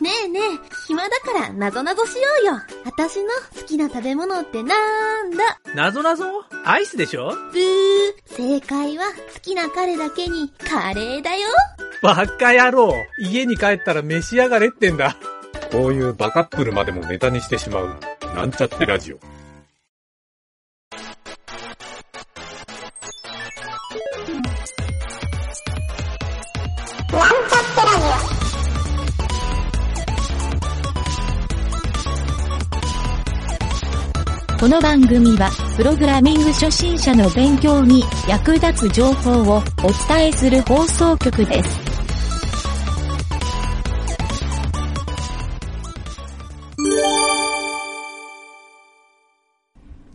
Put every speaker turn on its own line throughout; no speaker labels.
ねえねえ、暇だからなぞなぞしようよ。私の好きな食べ物ってなんだ
なぞなぞアイスでしょ
ブー。正解は好きな彼だけにカレーだよ。
バカ野郎家に帰ったら召し上がれってんだ。
こういうバカップルまでもネタにしてしまう、なんちゃってラジオ。
この番組は、プログラミング初心者の勉強に役立つ情報をお伝えする放送局です。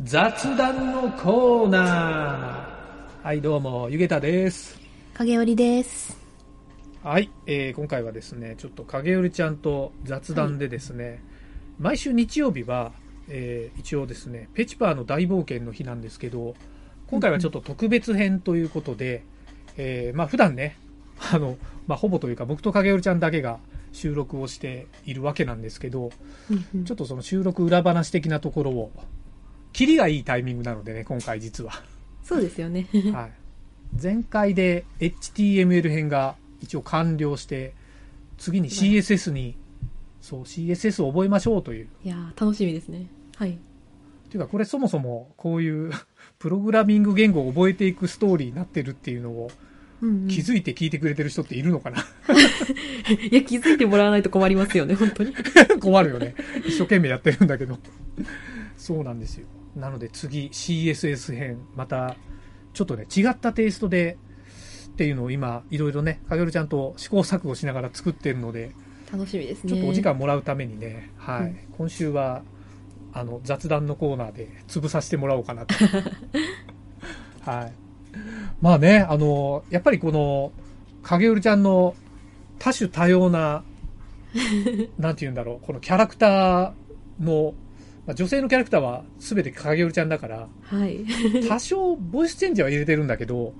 雑談のコーナー。はい、どうも、ゆげたです。
影織です。
はい、えー今回はですね、ちょっと影織ちゃんと雑談でですね、毎週日曜日は、えー一応ですね、ペチパーの大冒険の日なんですけど、今回はちょっと特別編ということで、えーまあ普段ね、あの、まあほぼというか僕と影織ちゃんだけが収録をしているわけなんですけど、ちょっとその収録裏話的なところを、キリがいいタイミングなのでね、今回実は。
そうですよ ね。
はい、前回で HTML 編が一応完了して次に CSS にそう CSS を覚えましょうという
いやー楽しみですね。はい。
というかこれそもそもこういう プログラミング言語を覚えていくストーリーになってるっていうのを
うん、うん。
気
い
づいて聞いてくれてる人っているのかな
や、気 づいてもらわないと困りますよね、本当に。
困るよね一生懸命やってるんだけど そうなんですよなので次 CSS 編またちょっとね違ったテイストでっていうのを今いろいろねかげるちゃんと試行錯誤しながら作ってるので
楽しみですね。
ちょっとお時間もらうためにね、はい、
うん
今週はあの雑談のコーナーで潰させてもらおうかな と。はい。まあね、あの、やっぱりこの、影るちゃんの多種多様 な、なんて言うんだろう、このキャラクターの、まあ、女性のキャラクターは全て影るちゃんだ から、
はい。
多少ボイスチェンジは入れてるんだけど、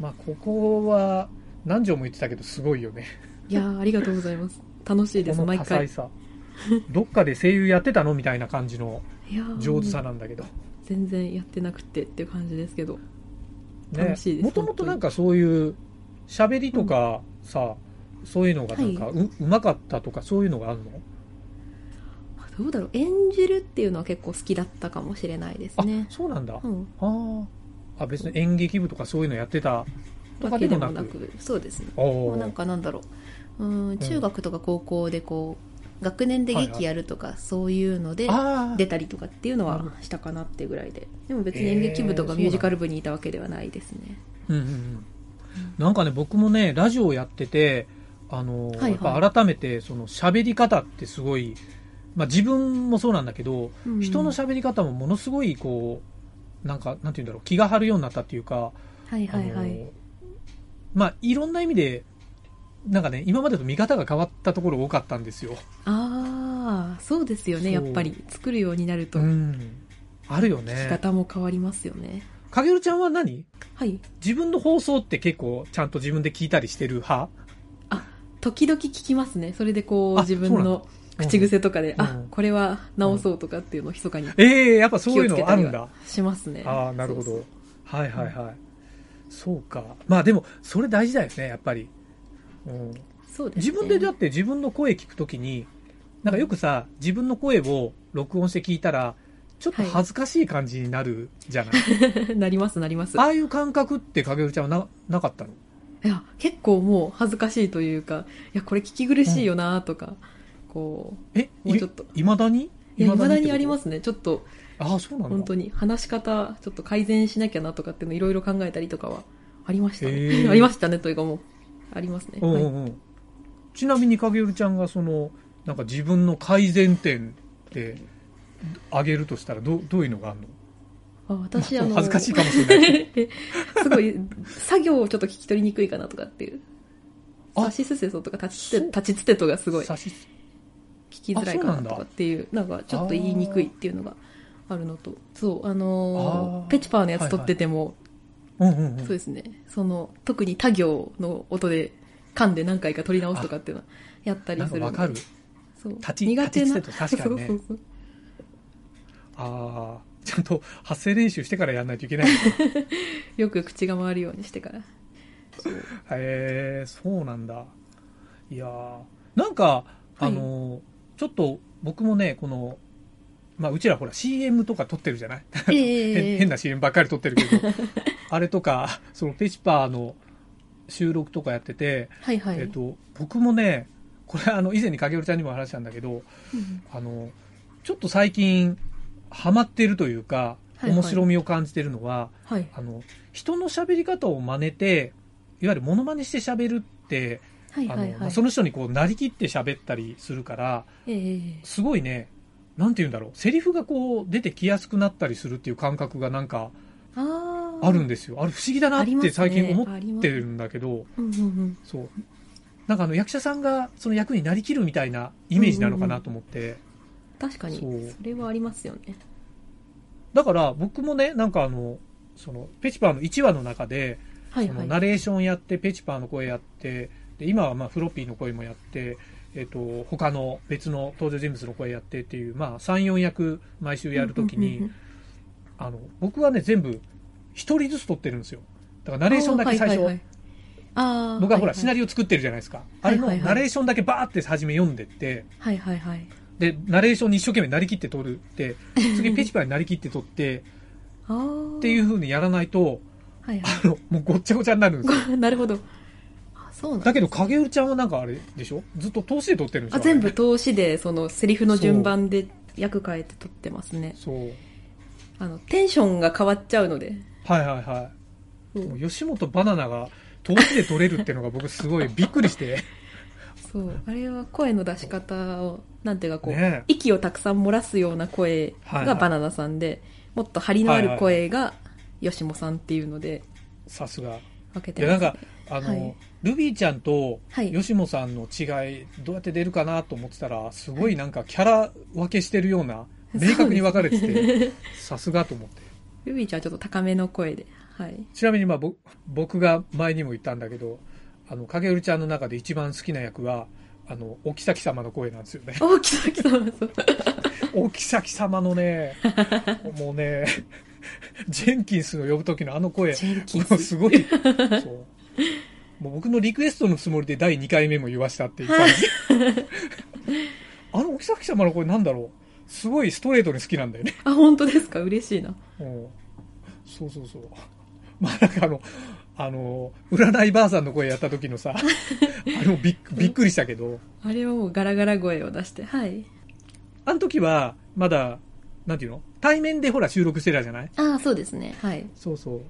まあここは何条も言ってたけどすごいよね。
いやーありがとうございます。楽しいです、
この
毎
多彩
回。
さどっかで声優やってたのみたいな感じの
いやー
上手さなんだけど、
全然やってなくてっていう感じですけど。
ね
楽しいです
もともとなんかそういう喋りとかさ、そういうのがなんかう,、まかったとかそういうのがあるの
あどうだろう、演じるっていうのは結構好きだったかもしれないです
あ、
ね。
そうなんだ、
うん。
あーあ別に演劇部とかそういうのやってたとか
わ
で
けで
も
も
なく
なく、そうですね。も
お
うなんかなんだろう。うん、中学とか高校でこう、学年で劇やるとか、そういうので、
あ
出たりとかっていうの
なる
はしたかなってぐらいででも別に演劇部と
え
か
ー
ミュージカル部にいたわけではないですね、
うんうんうんなんかね僕もねラジオやっててあの、
はいはい
やっぱ改めてその喋り方ってすごい、まあ、自分もそうなんだけど、人の喋り方もものすごいこうなんかなんて言うんだろう気が張るようになったっていうか、
はいはいは
あ
い
のまあいろんな意味でなんかね今までと見方が変わったところ多かったんですよ。
ああそうですよねや
そ
っ
う
ぱり作るようになると
うん、あるよ
聞き
ね。
方も変わりますよね
かげるちゃんは何
はい
自分の放送って結構ちゃんと自分で聞いたりしてる派
時々聞きますねそれでこう
あ
自分の口癖とかで、
うん
あこれは直そうとかっていうのを密かに
ええやっぱそう
気
い
を
う
つけ
の
た
あ
り
るん
は
だ。
しますね
ああ、なるほ
そう
ど。はいはいはい。そうか。まあでも、それ大事だよね、やっぱり。うん、
そうそうです、
自分
ね、
でだって自分の声聞くときに、なんかよくさ、自分の声を録音して聞いたら、ちょっと恥ずかしい感じになるじゃない。
なりますなります
ああいう感覚って、かげるちゃんはななかったの
いや、結構もう恥ずかしいというか、いや、これ聞き苦しいよなとか、こ
え
う、もうちょっと。
いまだに。
いや、未だにありますすね。ちょっと、
ああ、そうなんだ。
本当に話し方、ちょっと改善しなきゃなとかっていうのいろいろ考えたりとかはありました
へ
ね。
ー
ありましたねというかもう、ありますね。
うんう
はい
んうん。ちなみに、かげるちゃんがその、なんか自分の改善点って、あげるとしたらど、どういうのがあるの
あ私、あの、
恥ずかしいかもしれない。
すごい、作業をちょっと聞き取りにくいかなとかっていう。
あ
アシスセソとか立ちつ
そう
て、立ちつてとがすごい聞
差し
きづらいかなとかっていう、なんかちょっと言いにくいっていうのがあるのと、そう、あの
あー
ーペチパーのやつ撮ってても、
うんうんうん
そう。ですね。その、特に他行の音で噛んで何回か取り直すとかっていうのはやったり
なん
す
か
るの
わ
で。
かる。
そう
立ち
苦手な
立ちつてと確かにね
そうそうそう
ああ、 ちゃんと発声練習してからやんないといけないのか。
よく口が回るようにしてから
へえ、そうなんだ。いやーなんか、あのーちょっと僕もね、この、まあ、うちらほら CM とか撮ってるじゃない、 変 変
変
な CM ばっかり撮ってるけ ど、あれとか、そのペチパーの収録とかやってて、
はいはい、
えっと、僕もね、これあの、以前に影織ちゃんにも話したんだけど、
うん
あの、ちょっと最近、ハマってるというか、
はいはい
面白みを感じてるのは、
はい
あの人の喋り方を真似ていわゆるモノマネして喋るって
はい
あ
は
の
い
ま
は
あ
い
その人にこうなりきって喋ったりするから
ええ
すごいねなんて言うんだろうセリフがこう出てきやすくなったりするっていう感覚がなんか
ああ
あるんですよ、あれ不思議だなっ
あります
て
ね
最近思ってるんだけど、
うんうんうん
そうなんかあの役者さんがその役になりきるみたいなイメージなのかなと思って、
確かに
そう
それはありますよね
だから僕もねなんかあのそのペチパーの1話の中で
はい
そ
は
の
い
ナレーションやって、ペチパーの声やって、で今はまあフロッピーの声もやって、えっと他の別の登場人物の声やってっていう、まあ、3、4役毎週やるときに、
うんうんうん
あの僕はね、全部一人ずつ撮ってるんですよ。だからナレーションだけ最初、
あーはいはいはいあー
僕はほら、
いい
シナリオ作ってるじゃないですか。
は
あ
いは
れ
い
の
はい
ナレーションだけバーって初め読んでって、
はいはいはい
で、ナレーションに一生懸命なりきって撮るって、次ペチパーになりきって撮って、
ああ
っていう風にやらないと、
はいは
あの、もうごっちゃごちゃになるんですよ。
い なるほどあそうなん
だけど影うちゃんはなんかあれでしょずっと通しで撮ってるんでしょ
あ全部通しでそのセリフの順番で役変えて撮ってますね
そう
あのテンションが変わっちゃうので
はいはいは
そ
いもう
う
吉本バナナが通しで撮れるっていうのが僕すごいびっくりして
そうあれは声の出し方をなんていうかこう、
ねえ
息をたくさん漏らすような声
はいは
が
い
バナナさんで、もっと張りのある声が吉もさんっていうので
さすが
分けて
いやなん
ね
かあの、
はい
ルビーちゃんと
はい
吉本さんの違いどうやって出るかなと思ってたらすごいなんかキャラ分けしてるような明確に分かれてて さすがと思って
ルビーちゃんはちょっと高めの声ではい
ちなみにまあぼ僕が前にも言ったんだけどあの影うちゃんの中で一番好きな役はあのお妃様の声なんですよね
おきさきさんそう
お妃様のね、もうね、ジェンキンスの呼ぶ時のあの声、
ジェンキン
もう
ス
すごい。そうもう僕のリクエストのつもりで第2回目も言わしたっていう感じ。あのお妃様の声なんだろうすごいストレートに好きなんだよね。
あ本当ですか嬉しいな
うんそうそうそう。まあなんかあの、あの、占いばあさんの声やった時のさ、あのびっびっくりしたけど、
あれはもうガラガラ声を出してはい
あの時はまだ、なんていうの対面でほら収録してたじゃない
ああそうですねはい
そうそう。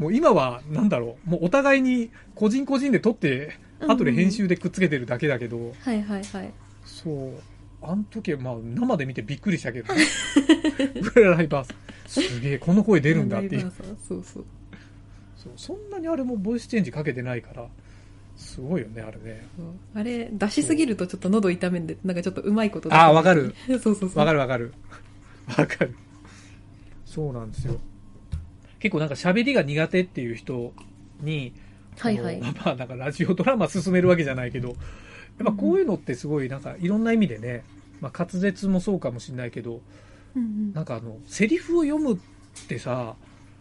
もう今は、なんだろう、もうお互いに個人個人で撮って、
うんうん
後で編集でくっつけてるだけだけど、
はいはいはい
そう。あの時は、まあ、生で見てびっくりした けどね。ブラライバース。すげえ、この声出るんだってい
ライ
う。
バーさんそうそう
そうそんなにあれもボイスチェンジかけてないから、すごいよね、あれね。
あれ出しすぎるとちょっと喉痛めんでなんかちょっとうまいこと
あーわかる
そうそうそう
わかるわかる。わかる。そうなんですよ。結構なんか喋りが苦手っていう人に、
はいはい
あの まあなんかラジオドラマ進めるわけじゃないけど、やっぱこういうのってすごいなんかいろんな意味でね、まあ滑舌もそうかもしれないけど、
うん
なんかあの、セリフを読むってさ、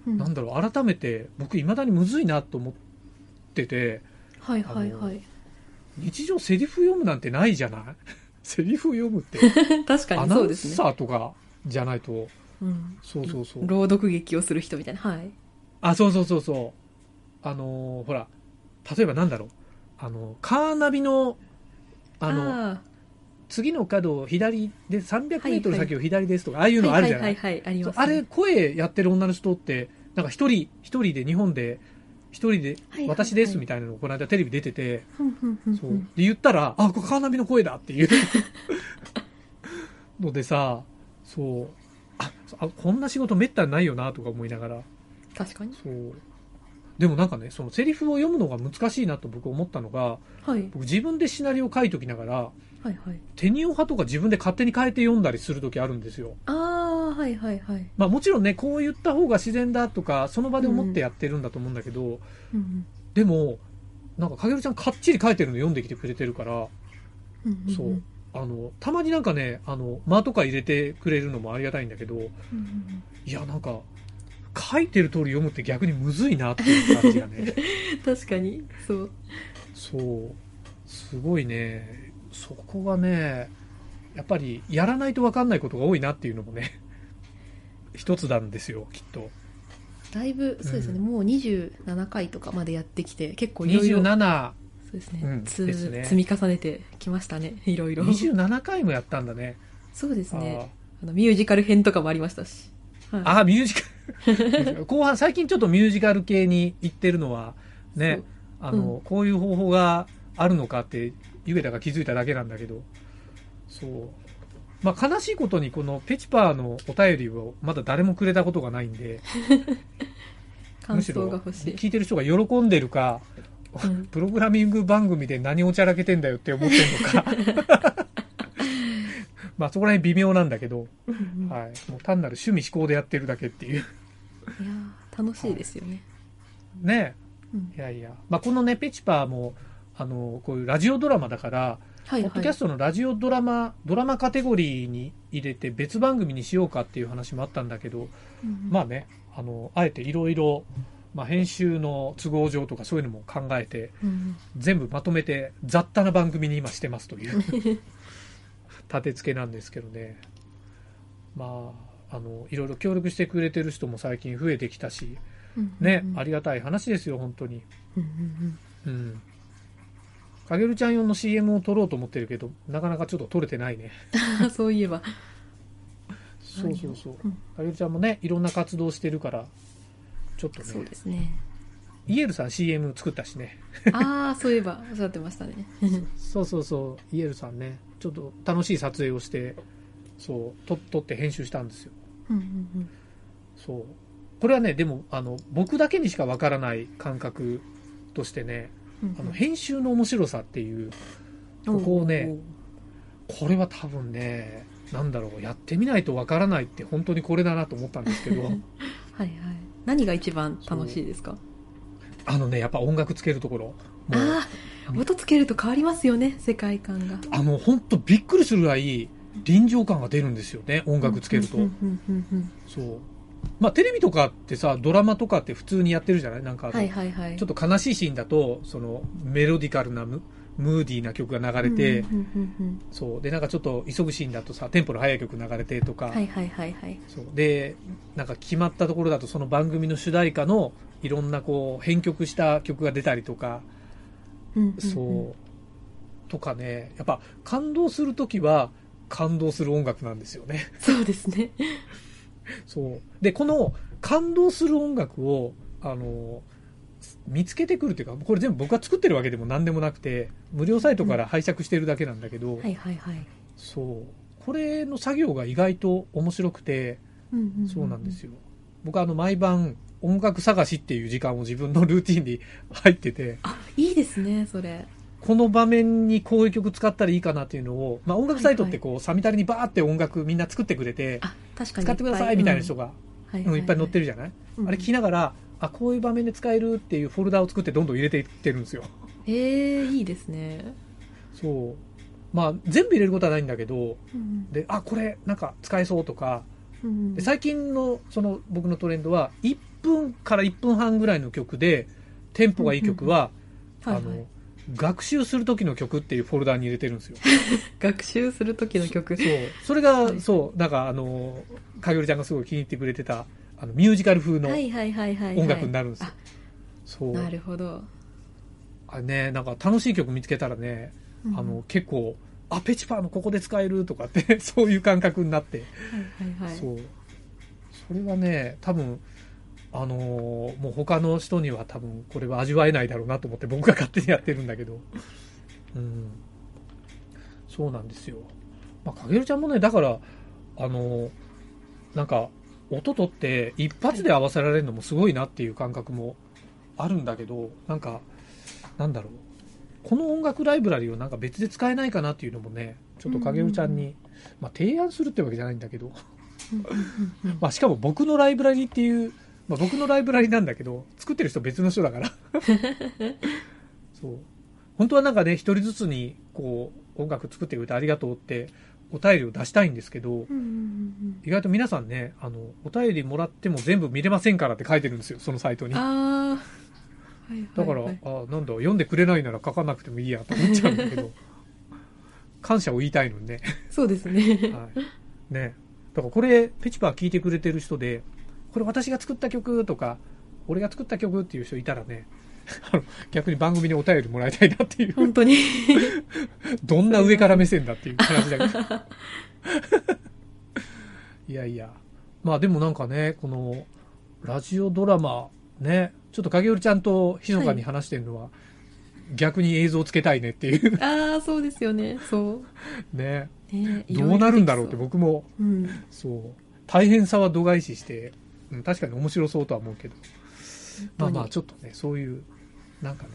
うんうん
なんだろう、改めて僕未だにむずいなと思ってて、
はいはいはい
日常セリフ読むなんてないじゃない セリフ読むって、
確か
ア
に
ナ
そ
ウ
う
ン
ですね
サーとかじゃないと、
うん
そうそうそう。
朗読劇をする人みたいなはい
あ、そうそうそうそう。あのーほら、例えばなんだろう。あの、カーナビの、あの、
あ
次の角を左で、300
い
メ
は
ー
い
トル先を左ですとか、ああい
ー
うのあるじゃ
は
ないい
はいはいはいあ
そ
り
う
ます
あれ、声やってる女の人って、なんか一人、一人で日本で、一人で
はいはい
私ですみたいなのをこの間テレビ出てて、
ふんふんふんふ
そ
ん
う。で、言ったら、あ、これカーナビの声だっていう のでさ、そう。あ、そうあこんな仕事めったにないよなとか思いながら。
確かに
そうでもなんかねそのセリフを読むのが難しいなと僕思ったのが
はい
僕自分でシナリオ書いときながら
はいはい
テニオ派とか自分で勝手に変えて読んだりする時あるんですよ、
ああはいはいはい
まあ、もちろんねこう言った方が自然だとかその場で思ってやってるんだと思うんだけど、
うん
でもなんか影るちゃんかっちり書いてるの読んできてくれてるから
うんうんうん
そうあのたまになんかねあの間とか入れてくれるのもありがたいんだけど
うん
いやなんか書いてる通り読むって逆にむずいなっていう感じがね
確かにそう
そうすごいねそこがねやっぱりやらないと分かんないことが多いなっていうのもね 一つなんですよきっと
だいぶそうですね、
うん
もう27回とかまでやってきて結構いろいろ
27
そうですね,、
うん
つ
ですね
積み重ねてきましたねいろいろ
27回もやったんだね
そうです
あー
ねあのミュージカル編とかもありましたし、はい
あ、ミュージカ ル。後半、最近ちょっとミュージカル系に行ってるのは、ね、あの、
う
こういう方法があるのかって、ゆげたが気づいただけなんだけど、そう。まあ、悲しいことに、このペチパーのお便りをまだ誰もくれたことがないんで、
感想が欲しい
聞いてる人が喜んでるか、
うん
プログラミング番組で何おちゃらけてんだよって思ってるのか、 まあ、そこら辺微妙なんだけど、
うんうんいや
はい。もう単なる趣味思考でやってるだけっていう。
ー楽しいですよね、
ね
うん
いやいや、まあ、このね、ペチパーも、あの、こういうラジオドラマだから、
はい
ポッドキャストのラジオドラマ、ドラマカテゴリーに入れて別番組にしようかっていう話もあったんだけど、まあね、あの、あえていろいろ、まあ、編集の都合上とかそういうのも考えて、
うんうん
全部まとめて雑多な番組に今してますという 立て付けなんですけどねまああのいろいろ協力してくれてる人も最近増えてきたし
うん
ね、
うんうん
ありがたい話ですよ本当に
うんうん
うんかげるちゃん用の CM を撮ろうと思ってるけどなかなかちょっと撮れてないね
うん そういえば
そうそうそう
うん
かげるちゃんもねいろんな活動してるからちょっと
そう
ね
で すね
イエルさん CM 作ったしね
ああそういえばおっしゃってましたね
そうそうそう、イエルさんね、ちょっと楽しい撮影をして、そう、と撮って編集したんですよ。
うんうん
そう。これはね、でも、あの、僕だけにしかわからない感覚としてね、
うん
あの、編集の面白さっていう、ここをねこれは多分ね、なんだろう、やってみないとわからないって本当にこれだなと思ったんですけ ど、
はいはい何が一番楽しいですか
あのね、やっぱ音楽つけるところ、もう、あ
ああ音つけると変わりますよね世界観が
の、本当びっくりするぐらい、臨場感が出るんですよね、音楽つけると。
うんうんうんうん
そう。まあ、テレビとかってさ、ドラマとかって普通にやってるじゃないなんかあの、
はいはいはい
ちょっと悲しいシーンだと、その、メロディカルなム、ムーディーな曲が流れて、
うんうんうん
そう。で、なんかちょっと急ぐシーンだとさ、テンポの速い曲流れてとか、
うんはいはいはいはい
そう。で、なんか決まったところだと、その番組の主題歌の、いろんなこう、編曲した曲が出たりとか、
うんうんうん
そう。とかね、やっぱ、感動するときは、感動する音楽なんですよね。
そうですね
そう。で、この感動する音楽を、あの、見つけてくるっていうか、これ全部僕が作ってるわけでも何でもなくて、無料サイトから拝借してるだけなんだけど、
はいはいはい
そう。これの作業が意外と面白くて、そうなんです
よ
よ。僕はあの、毎晩、音楽探しっていう時間を自分のルーティンに 入ってて、
あいいですねそれ
この場面にこういう曲使ったらいいかなっていうのを、まあ音楽サイトってこう、サミタリにバーって音楽みんな作ってくれて、
あ確かに
使ってくださいみたいな人が、
がい
うんいっぱい載って
る
るじゃないあれ聞きながら、あ、こういう場面で使えるっていうフォルダを作ってどんどん入れていってるんですよ。
えーいいですね
そう。まあ、全部入れることはないんだけど、
うん
で、あ、これ、なんか使えそうとか、
うん
で最近の、その、僕のトレンドは、1分から1分半ぐらいの曲で、テンポがいい曲は、
はいはい
あの、学習する時の曲っていうフォルダに入れてるん ですよ。
学習する時の曲
そう。それ
は
が、
い
そう、なんかあの、かぎりちゃんがすごい気に入ってくれてた、あの、ミュージカル風の
はいはいはいはいはい
音楽になるんですよ
あ。
そう。
なるほど
あれね、なんか楽しい曲見つけたらね、
うん
あの結構、あ、ペチパーのここで使えるとかって、 そういう感覚になって、
はいはいはい
そう。それはね、多分、あのーもう他の人には多分これは味わえないだろうなと思って僕が勝手にやってるんだけど。うん。そうなんですよ。まあ、かげるちゃんもね、だから、あのーなんか、音取って一発で合わせられるのもすごいなっていう感覚もあるんだけど、なんか、なんだろう。この音楽ライブラリをなんか別で使えないかなっていうのもね、ちょっとかげるちゃんに、まあ、提案するってわけじゃないんだけど、
うんうんうん
まあ、しかも僕のライブラリっていう、まあ、僕のライブラリなんだけど、作ってる人別の 人だから。そう。本当はなんかね、一人ずつに、こう、音楽作ってくれてありがとうってお便りを出したいんですけど、
うんうんうん
意外と皆さんね、あの、お便りもらっても全部見れませんからって書いてるんですよ、そのサイト
う
に。
ん。
だ
ああ。はい
から、
はいはい、
あなんだ、読んでくれないなら書かなくてもいいやと思っちゃうんだけ ど、感謝を言いたいのにね。
そうですね。
はい、ねだからこれペチパー聞いてくれてる人でこれ私が作った曲とか俺が作った曲っていう人いたらね あの逆に番組にお便りもらいたいなって いう
本当に。
どんな上から目線だっていう話だけど いやいやまあでもなんかねこのラジオドラマねちょっと影織ちゃんとひそかに話してるのは、逆に映像つけたいねっていう
ああ、そうですよね。そ
ね
う。ね、い
ど
ろいろ
うなるんだろうって
でき
僕も
そう。うん。
そう大変さは度外視して、うん、確かに面白そうとは思うけどまあまあちょっとねそういうなんかね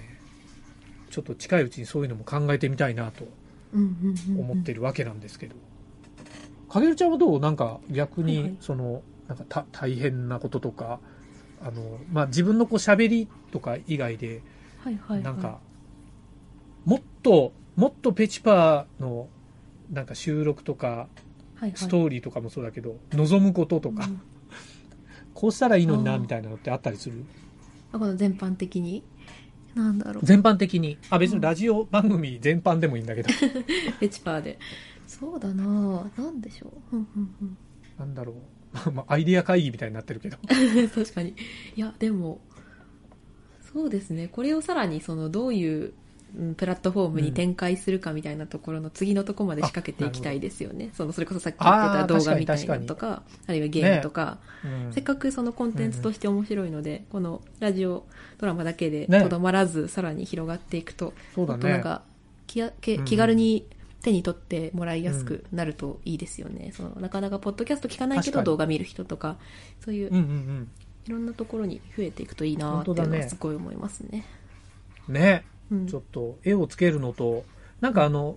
ちょっと近いうちにそういうのも考えてみたいなと
うんうんうんうん
思ってるわけなんですけど、かげるちゃんはどうなんか逆
はいはい
にその、なんかた大変なこととかあの、まあ、自分のこう喋りとか以外で
はいはいはい。
なんか、もっともっとペチパーのなんか収録とか
はいはい、
ストーリーとかもそうだけど、望むこととか、
うん
こうしたらいいのに
あ
な
ー
みたいなのってあったりする
あこの全般的に。なんだ ろう。
全般的にあ別にラジオ番組全般でもいいんだけど
ペチパーで。そうだなぁ。なんでしょう。うんうん
なんだろうまあまあアイディア会議みたいになってるけど
うん。確かに。いや、でも、そうですね。これをさらに、その、どういう、うんプラットフォームに展開するかみたいなところの次のとこまで仕掛けていきたいですよね。そのそれこそさっき言って
あー
た動
確か
画
に
みたいなのとか、あるいはゲームとか、
うん
せっかくそのコンテンツとして面白いので、このラジオドラマだけで
ね
とどまらず、さらに広がっていくと、
そうだ
もっとなん
ね
か気やけ
うん
気軽に手に取ってもらいやすくなるといいですよね、そのなかなかポッドキャスト聞かないけ
確か
ど
に
動画見る人とかそういう
うんうん
いろんなところに増えていくといいなって
本
いう
当
の
だ
は
ね
すごい思いますね。
うんね
うん
ちょっと絵をつけるのとなんかあの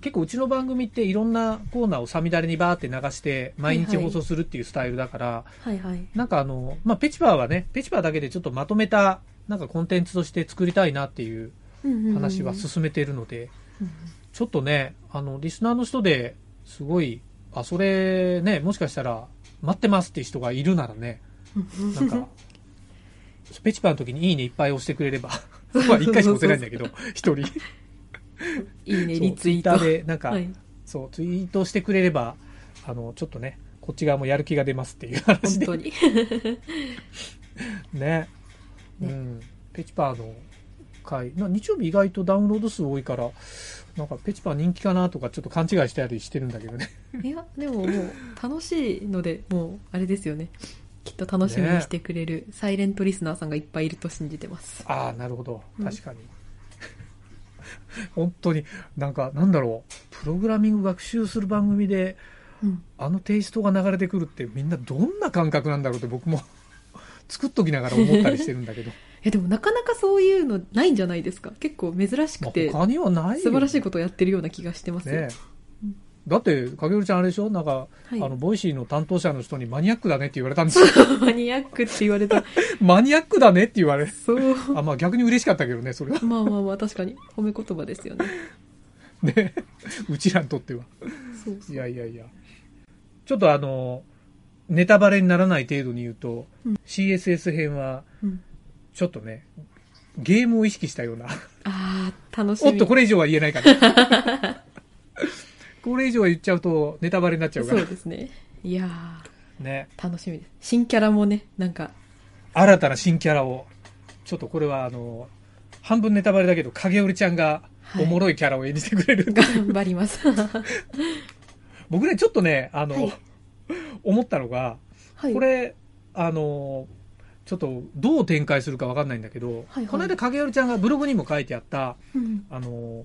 結構うちの番組っていろんなコーナーをさみだれにバーって流して毎
はい
日
はい
放送するっていうスタイルだから、
はいはい、
なんかあの、まあ、ペチパーはねペチパーだけでちょっとまとめたなんかコンテンツとして作りたいなっていう話は進めているので、
うんうん
ちょっとね、あの、リスナーの人ですごい、あ、それね、もしかしたら待ってますっていう人がいるならね、なん か、スペチパの時にいいねいっぱい押してくれれば、 まあ一回しか押せないんだけど、一人。
いいね
そう
リツイー
ツイッ
ト
ターで、なんか、
はい、
そう、ツイートしてくれれば、あの、ちょっとね、こっち側もやる気が出ますっていう話
本
で
当 に
ね。う
ね
ん。ペチパーの回、な日曜日意外とダウンロード数多いから、なんかペチパー人気かなとかちょっと勘違いしたりしてるんだけどね。
いやでももう楽しいのでもうあれですよねきっと楽しみにしてくれる、サイレントリスナーさんがいっぱいいると信じてます。
ああなるほど
うん
確かに、 本当になんかなんだろうプログラミング学習する番組で
うん
あのテイストが流れてくるってみんなどんな感覚なんだろうって僕も 作っときながら思ったりしてるん だけど
えでもなかなかそういうのないんじゃないですか結構珍し
ま
く
あ
て
他にはない
素晴らしい
こ
ことをやってるような気がしてますよ、
ねだって影るちゃんあれでしょなんか、
はい
あのボイシーの担当者の人にマニアックだねって言われたんです よ
マニアックって言われた
マニアックだねって言われ
そう
あまあ逆に嬉しかったけどねそれは
まあまあまあ確かに褒め言葉ですよね
ねうちらにとっては
そうそう
いやいやいや。ちょっとあの、ネタバレにならない程度に言うと、
うん
CSS 編は、
うん
ちょっとね、ゲームを意識した ような。
ああ楽しみ
おっと、これ以上は言えないから。 これ以上は言っちゃうと、ネタバレになっちゃうか
そ
ら
う。ですねいや
ね。
ー楽しみです新キャラもねなんか
新たな新キャラを、ちょっとこれはあの、半分ネタバレだけど、影織ちゃんが、
はい
おもろいキャラを演じてくれる。
頑張ります は
僕ね、ちょっとね、あの、
はい
思ったのが、
い
これ、あのちょっとどう展開するかわかんないんだけど、
はい
この間影るちゃんがブログにも書いてあった、
うん
あの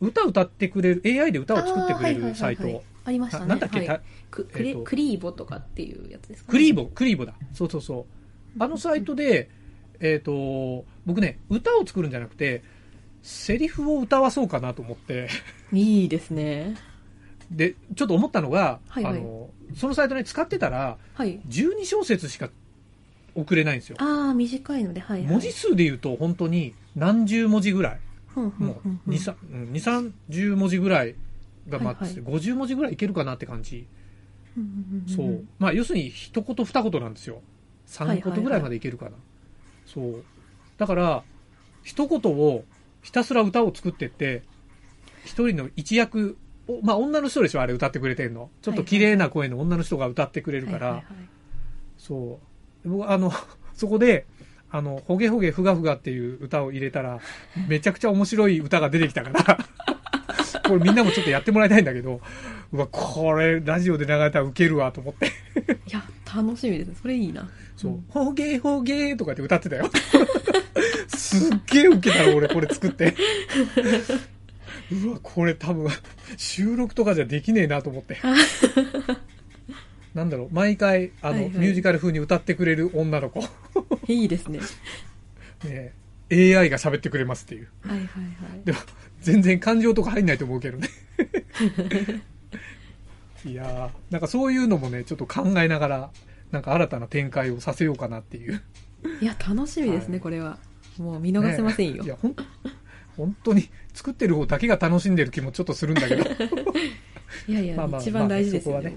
歌歌ってくれる AI で歌を作ってくれ
あーはいはいはいは
る
い
サイト、
ありましたね
ななんだっけ、
は
た
い、ククリ
えっと
クリーボとかっていうやつですか、ね、
クリー
ボ
ボクリーボだそうそうそうあのサイトで、えっと僕ね歌を作るんじゃなくてセリフを歌わそうかなと思って
いいですね
でちょっと思ったのが、
はいは
あ
い
のそのサイトね使ってたら
はい
12小節しか送れないんですよ
ああ短いのではい、はい、
文字数で言うと本当に何十文字ぐらい
うん
も
うん
う
うん
2、3 2 30文字ぐらいがマックスで、
は
50文字ぐらいいけるかなって感じ。
うん
そう。まあ、要するに、一言二言なんですよ。三言ぐらいまでいけるかな。そう。だから、一言をひたすら歌を作ってって、一人の一役を、まあ、女の人でしょ、あれ歌ってくれてんの。ちょっと綺麗な声の女の人が歌ってくれるから、
はいはいはい
そう。僕、あの、 そこで、あの、ほげほげふがふがっていう歌を入れたら、めちゃくちゃ面白い歌が出てきたから、 これみんなもちょっとやってもらいたいんだけど、うわ、これ、ラジオで流れたらウケるわと思って、
いや、楽しみですね。それい いな。
そう、
ん
ほげほげとかって歌ってたよ。 すっげえウケたろ、俺、これ作って。うわ、これ多分、収録とかじゃできねえなと思 って。なんだろう、毎回、あの、
はいはい
ミュージカル風に歌ってくれる女の子。
いいですね。
ね、AI が喋ってくれますっていう。
はいはいはい。
でも、 全然感情とか入んないと思うけどね。 いやー、なんかそういうのもね、ちょっと考えながら、なんか新たな展開をさせようかなっていう。
いや、楽しみです
は
ね、
い
これは。もう見 逃せませんよ。
ねいや、ほん、本当に作ってる方だけが楽しんでる気もちょっとするんだけど。
いやいや、
まあまあ
一番大事ですよね。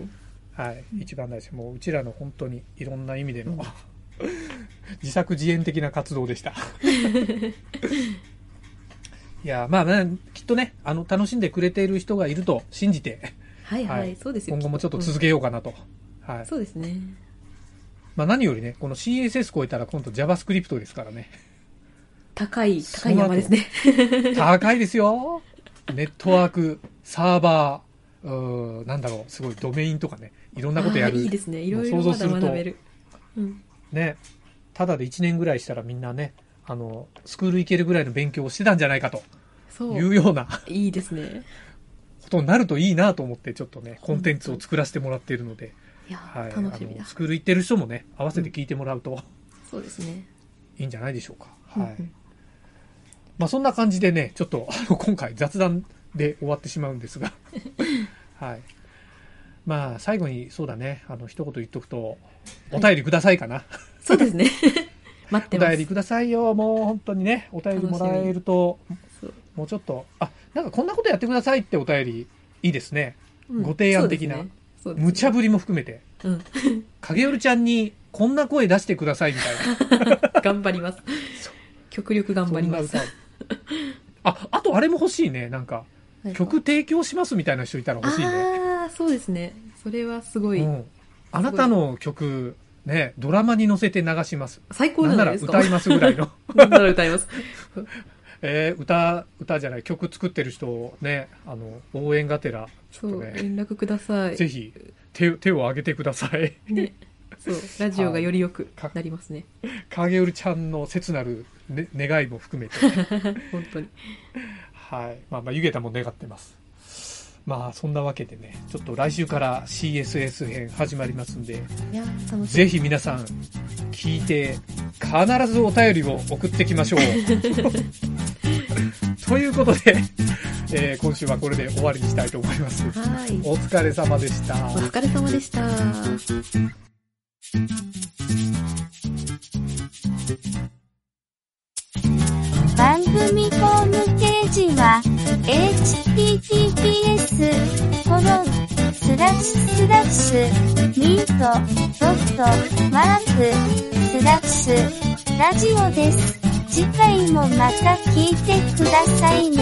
まはい。一番大事。もううちらの本当にいろんな意味での、 自作自演的な活動で した。いや、まあまあ、きっとね、あの、楽しんでくれている人がいると信じて、
はいはい、
はい
そうですよ。
今後もちょっと
き
続けようかなと。は
と
い。
そうですね。
まあ何よりね、この CSS 超えたら今度 JavaScript ですからね。
高い、高い山ですね。
高いですよ。ネットワーク、サーバー、うーなんだろう、すごいドメインとかね、いろんなことや
あ
る。
ーいいですね。いろい
もう
ろ
想像
ま
す
だ
ると
学べる。うん。
ね、ただで1年ぐらいしたらみんなね、あの、スクール行けるぐらいの勉強をしてたんじゃないかと
そ。
いううような
いいですね。
ことになるといいなと思って、ちょっとね、コンテンツを作らせてもらっているので、
いや、
はい。あ
楽しみだ
の、ス。クール行ってる人もね、合わせて聞いてもらうと
そうですね。
いいんじゃないでしょうか。は
うんう
い
ん。
まあそんな感じでね、ちょっと、あの、今回雑談で終わってしまうん ですが、はい。まあ最後に、そうだね、あの、一言言っとくと、お便りくださいかな。
そうですね。 待って
お
ます。
便りくださいよ、もう本当にね、お便りもらえると、
そう
もうちょっと、あ、なんかこんなことやってくださいってお便り、いいですね。
うん
ご提案的な。
そうですね
無茶ぶりも含めて。
そうですね
影よるちゃんに、こんな声出してくださいみたいな。
うん。頑張ります。極力 頑張りま
そん
す
な。歌をあ、あとあれも欲しいね。なんか、
はい
曲提供しますみたいな人いたら欲しいね。
ああ、そうですね。それはすご
う
い。
ん。あなたの曲、ね、ドラマに乗せて流します。
最高
な
じ
ん
ゃ
な
な
ら
いですか。
歌いますぐらいの。
なんなら歌います。
えー歌、歌じゃない、曲作ってる人をね、あの、応援がてら、ち
そ
ょっと
う、
ね、
連絡ください
ぜ。ひ、手、手を挙げてください。
ね。そう、ラジオがより良くなりますね。
影るちゃんの切なる、ね、願いも含めて、
本当に。
はい。まあまあ、湯げたも願ってます。まあ、そんなわけでね、ちょっと来週から CSS 編始まりますんで、
いやー、楽し
ぜひ皆さん、聞いて、必ずお便りを送ってきましょう。ということで、えー今週はこれで終わりにしたいと思います。
み。はい。
お疲れ様でした。
お疲れ様でした。
番組ホームページは、https, コロン、スラッシュスラッシュ、ミート、ドット、マーク、スラッシュ、ラジオです。次回もまた聞いてくださいね。